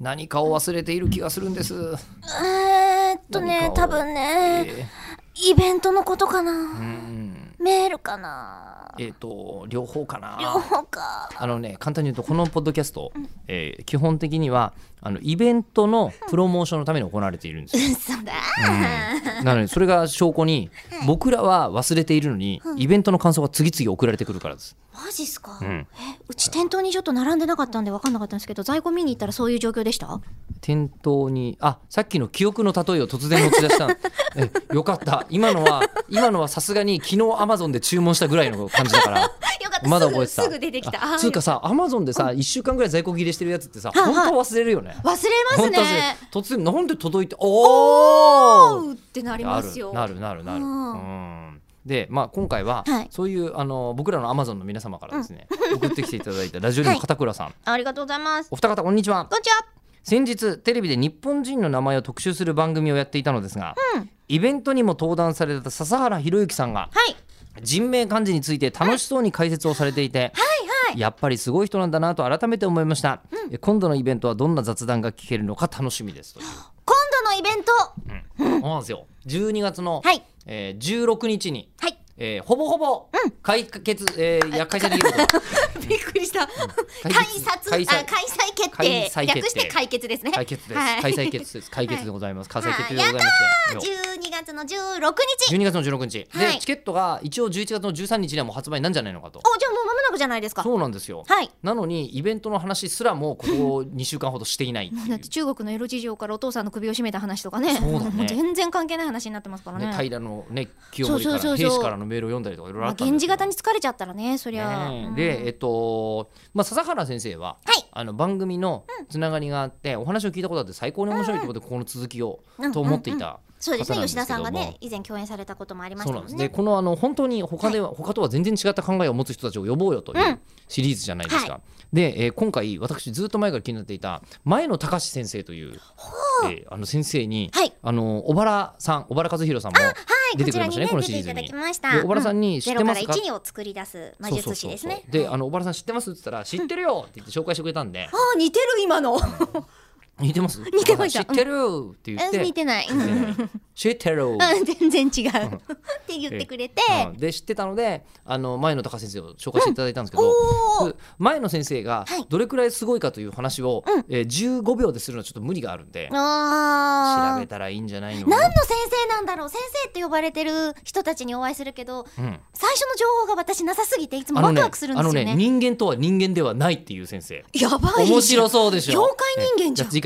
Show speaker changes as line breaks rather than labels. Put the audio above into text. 何かを忘れている気がするんです。
えーっとね
何かを
多分ね、
え
イベントのことかな、
ーうん、
メールかな
えっ、と両方かな。
両方か
あのね簡単に言うとこのポッドキャスト、えー基本的にはあのイベントのプロモーションのために行われているんですよ。
嘘だ、
なのでそれが証拠に僕らは忘れているのにイベントの感想が次々送られてくるからです。
マジっすか、
うん、
えうち店頭にちょっと並んでなかったんで分かんなかったんですけど在庫見に行ったらそういう状況でした
店頭にあさっきの記憶の例えを突然持ち出したのえよかった今のは今のはさすがに昨日アマゾンで注文したぐらいの感じだから。
よかった
まだ覚えてた。
すぐすぐ出てきた
あ
あー
つうかさ、アマゾンでさ、一週間ぐらい在庫切れしてるやつってさ、
はい
本当忘れるよね。
忘れます
本当忘れる
ね。
突然、なんで届いて、お
う
お。
ってなり
な
ますよ
る、なる、なる、なる。う
うん
ん。で、まあ、今回は
はい、
そういう、あの、僕らのアマゾンの皆様からですね。送ってきていただいたラジオネーム片倉さん。
ありがとうございます
お二方、こんにちは。
こんにちは
先日テレビで日本人の名前を特集する番組をやっていたのですが、イベントにも登壇された笹原宏之さんが
はい
人名漢字について楽しそうに解説をされていて、やっぱりすごい人なんだなと改めて思いました、え今度のイベントはどんな雑談が聞けるのか楽しみですと いう
今度のイベント
そうなんですよ12月の、
はい
えー16日に、
はい
えーほぼほぼ解決、えーいや解散できること
びっくりした
解
開
決
殺
開
開
催
催あ開催決定
開催決定
略して解決ですね
解決です、
はい
開催決です解決でございます、開催決定でご
は
ざ
い
いますよ
12月の16日
12月の16日、
は
で
い
チケットが一応11月の13日にはもう発売なんじゃないのかと
おじゃあもう間もなくじゃないですか
そうなんですよ、
はい
なのにイベントの話すらもうここ2週間ほどしていないっていう
だって中国のエロ事情からお父さんの首を絞めた話とかね
そうだね
もう全然関係ない話になってますからね
ね、平の、ね、清盛から
そうそうそうそ
兵
う
士からのメールを読んだりとかいろいろ
ま
あ
あ、
ったんですけ
源氏
ど
型に疲れちゃったらねそりゃ、
ねえ
うん
でえっと、まあ、笹原先生は、
はい
あの番組のつながりがあって、お話を聞いたことあって最高に面白いということでここの続きを、
うん
と思っていた
そうです
方
ね
なん
吉田さんが
ですけど
ね
も
以前共演されたこともありまし
そう
た
な
も
ん
ん
で
ね
すでこのあの本当に他では、他とは全然違った考えを持つ人たちを呼ぼうよといううんシリーズじゃないですか。で、えー今回私ずっと前から気になっていた前野隆先生という、えーあの先生に、
はい
あの小原さん小原和弘さんも
はい
出て
こ
く
ち
れ
ら
ましたねこのシリー
にね出てい
ズ
ただ
に
き。ました
で小原さんに知
ゼ
って
ロ
ま
から
すか
1を作り出す魔術師です
そう
ね
そうそうそうで、
はい
あの小原さん知ってます って言ったら知ってるよって言って紹介してくれたんで
あー似てる今の
似てます似
てました
知ってるって言っ
うん似
て
て ない、うん
知ってる
うん全然違うって言ってくれて、
うんで知ってたのであの前野隆先生を紹介していただいたんですけど、
おー
で前野先生が
はい
どれくらいすごいかという話を、
うん
えー15秒でするのはちょっと無理があるんで調
あ
べ
ー
たらいいんじゃないの
何の先生なんだろう先生って呼ばれてる人たちにお会いするけど
うん
最初の情報が私なさすぎていつも
あ
ワ
の
ク
ね
ワクするんで
あ
すよ
の
ね
ね人間とは人間ではないっていう先生
やばい
面白そうでしょ
妖怪人間じゃん
えじゃあ次